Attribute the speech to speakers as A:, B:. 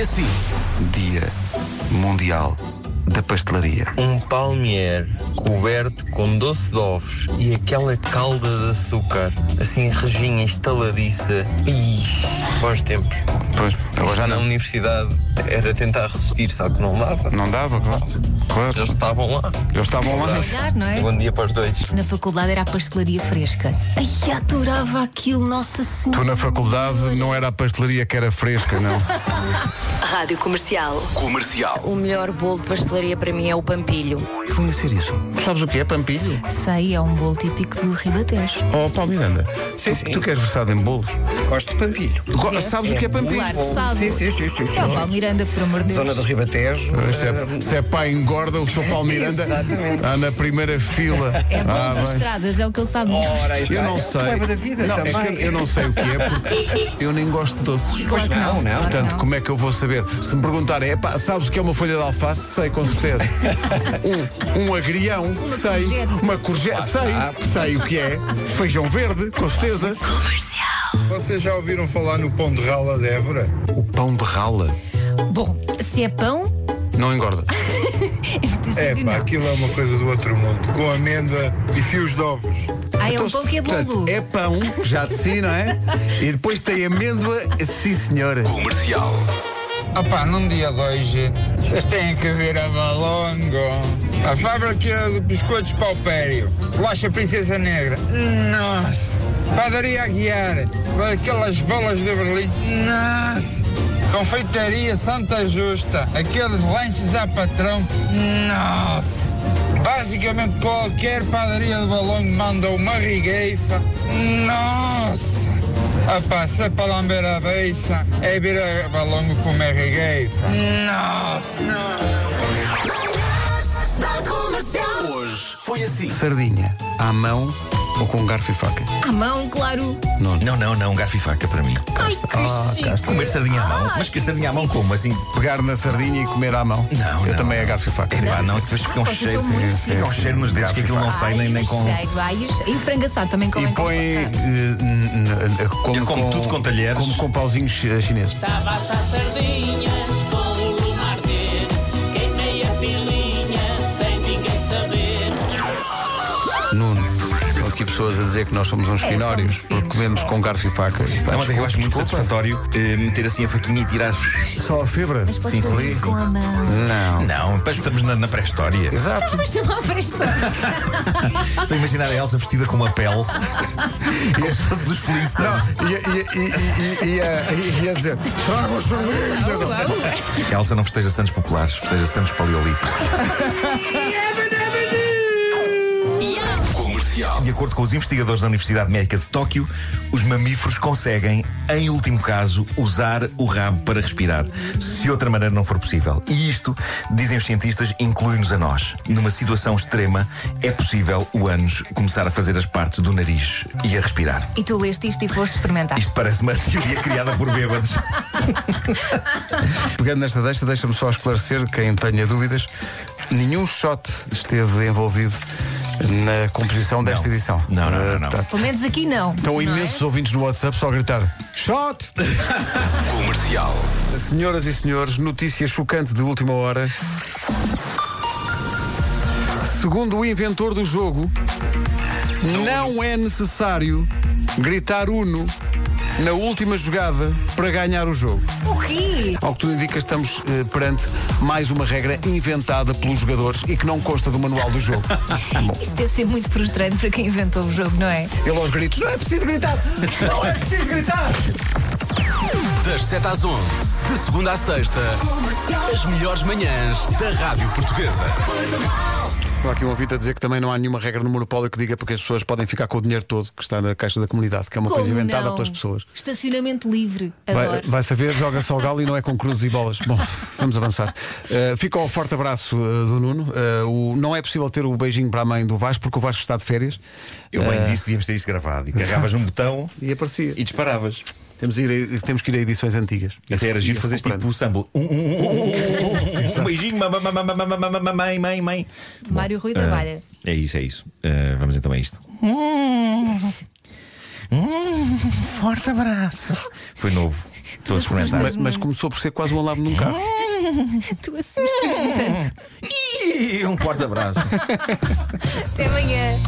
A: assim.
B: Dia Mundial da Pastelaria.
C: Um palmier coberto com doce de ovos e aquela calda de açúcar, assim rejinha, estaladiça. Ixi, bons tempos.
B: Pois, agora
C: Isto
B: já
C: na
B: não.
C: universidade era tentar resistir, só que não dava.
B: Não dava, claro. Claro,
C: Eles estavam lá.
B: eles estavam lá.
D: Olhar, não é?
C: Bom dia para os dois.
D: Na faculdade era a pastelaria fresca. Ai, adorava aquilo, Nossa Senhora.
B: Tu na faculdade não era a pastelaria que era fresca, não.
E: Rádio Comercial.
A: Comercial.
F: O melhor bolo de pastelaria para mim é o pampilho.
B: O que vai ser isso? Sabes o que é, Pampilho?
D: Sei, é um bolo típico do Ribatejo.
B: Ou oh, Paulo Miranda?
G: Sim, sim.
B: Tu que és versado em bolos?
G: Gosto de pavilho.
B: Go- Sabes o que é Pampilho?
D: Claro que sabe.
G: Sim, sim, sim, sim, sim.
D: É o Val Miranda, por amor de Deus.
G: Zona do Ribatejo.
B: Se é, se é pá, engorda, o seu Paulo Miranda
G: Exatamente.
B: ah, na primeira fila.
D: É bolos
B: Ah,
D: das
B: bem.
D: estradas, é o que ele sabe. melhor.
G: Ora, aí está.
B: Eu não
G: É o que
B: sei.
G: leva da vida
B: Não, é
G: também.
B: que eu, eu não sei o que é, porque eu nem gosto de doces.
D: Claro que
G: não, não.
D: claro que
B: Portanto, como é que eu vou saber? Se me perguntarem, epá, sabes o que é uma folha de alface? Sei, com certeza. Um, um agrião, sei.
D: courgette.
B: Uma courgette, sei. Sei o que é. Feijão verde, com certeza.
H: Vocês já ouviram falar no pão de rala de Évora?
B: O pão de rala
D: Bom, se é pão,
B: não engorda.
H: É
D: princípio
H: pá,
D: não.
H: aquilo é uma coisa do outro mundo. Com amêndoa e fios de ovos.
D: Ah, é
B: Então,
D: um pão que é bolo.
B: portanto, é pão, já de si, não é? E depois tem amêndoa, sim senhora.
A: Comercial.
H: Opá, Ah, num dia de hoje, vocês têm que vir a Valongo. A fábrica de biscoitos paupério. Locha Princesa Negra. Nossa. Padaria Aguiar. Aquelas bolas de Berlim. Nossa. Confeitaria Santa Justa. Aqueles lanches a patrão. Nossa. Basicamente qualquer padaria de Valongo manda uma rigueifa. Nossa. A passa para lamber a beiça é vir a balongo comer rigueifa. Nossa, nossa.
A: Hoje foi assim.
B: Sardinha, à mão ou com garfo e faca?
D: À mão, claro.
I: Não, não, não, garfo e faca para mim. Ah,
D: Ai, que chique.
I: Comer sardinha à mão.
D: Ah,
I: Mas que
D: que
I: sardinha à mão como? Assim.
B: Pegar na sardinha e comer à mão?
I: Não,
B: Eu
I: não,
B: também é
I: não.
B: garfo e faca.
I: É pá, não, que depois fica um
D: vocês
I: cheiro.
D: são muito
I: Fica um
D: chiques.
I: cheiro nos dedos que aquilo não sai
D: Ai,
I: nem, nem
D: o
I: com.
D: cheiro, ai, o che- E o frango assado também
B: E
D: comem com
B: põe. eh,
D: faca.
B: n- n- eh, como,
I: Eu como tudo com talheres.
B: Como com pauzinhos eh, chineses. Nuno, há aqui pessoas a dizer que nós somos uns finórios
D: É, somos
B: porque
D: finos.
B: comemos com garfo e faca.
I: Não, mas é que eu acho muito
B: Desculpa.
I: satisfatório eh, meter assim a faquinha e tirar.
B: Só a fibra?
D: Mas
I: Sim,
D: podes fazer
I: sim,
D: isso
I: sim.
D: com a mão.
B: Não.
I: Não, depois estamos na, na pré-história.
B: Exato.
D: Mas não há fresco.
I: Estou a imaginar a Elsa vestida com uma pele. como se fosse dos Flintstones.
B: E, e, e, e, e, e, a- e, e a dizer, traga as sardinhas.
I: A Elsa não festeja Santos Populares, festeja Santos Paleolíticos.
A: Comercial.
I: De acordo com os investigadores da Universidade Médica de Tóquio, os mamíferos conseguem, em último caso, usar o rabo para respirar, se outra maneira não for possível. E isto, dizem os cientistas, inclui-nos a nós. Numa situação extrema, é possível o ânus começar a fazer as partes do nariz e a respirar.
D: E tu leste isto e foste experimentar.
I: Isto parece uma teoria criada por bêbados.
B: Pegando nesta deixa, deixa-me só esclarecer quem tenha dúvidas. Nenhum shot esteve envolvido na composição desta
I: Não.
B: edição.
I: Não, não, não, não.
B: Ah, tá.
D: Pelo menos aqui não.
B: Estão
D: não é?
B: imensos ouvintes no WhatsApp só a gritar Shot!
A: Comercial.
B: Senhoras e senhores, notícia chocante de última hora. Segundo o inventor do jogo, não é necessário gritar Uno na última jogada para ganhar o jogo.
D: O quê?
B: Ao que tudo indica, estamos eh, perante mais uma regra inventada pelos jogadores e que não consta do manual do jogo. Bom,
D: Isto deve ser muito frustrante para quem inventou o jogo, não é?
B: ele aos gritos, não é preciso gritar! Não é preciso gritar!
A: Das 7 às 11, de segunda à sexta, as melhores manhãs da Rádio Portuguesa.
B: Há aqui um ouvido a dizer que também não há nenhuma regra no monopólio que diga porque as pessoas podem ficar com o dinheiro todo que está na caixa da comunidade, que é uma
D: Como
B: coisa inventada
D: não?
B: pelas pessoas.
D: Estacionamento livre.
B: Vai,
D: Adoro.
B: vai saber, joga só o galo e não é com cruzes e bolas. Bom, vamos avançar. Uh, fica o forte abraço uh, do Nuno. Uh, o- não é possível ter o beijinho para a mãe do Vasco porque o Vasco está de férias
I: Eu bem disse, devíamos ter isso gravado. E carregavas num botão
B: e aparecia.
I: e disparavas.
B: Temos, a ir a- temos que ir a edições antigas. É
I: Até era giro fazer tipo o sambo. Um, um, um, um, um, um, um beijinho, ma- ma- ma- ma- ma- ma- ma- ma- mãe, mãe, mãe.
D: Mário Rui trabalha.
I: É isso, é isso. Ah, vamos então a isto. forte abraço. Foi novo. Estou a
D: Tu assustas
I: experimentar.
B: Mas, mas começou por ser quase um alabo num carro.
D: Tu assustas-me tanto.
I: Ih, um forte abraço.
D: Até amanhã.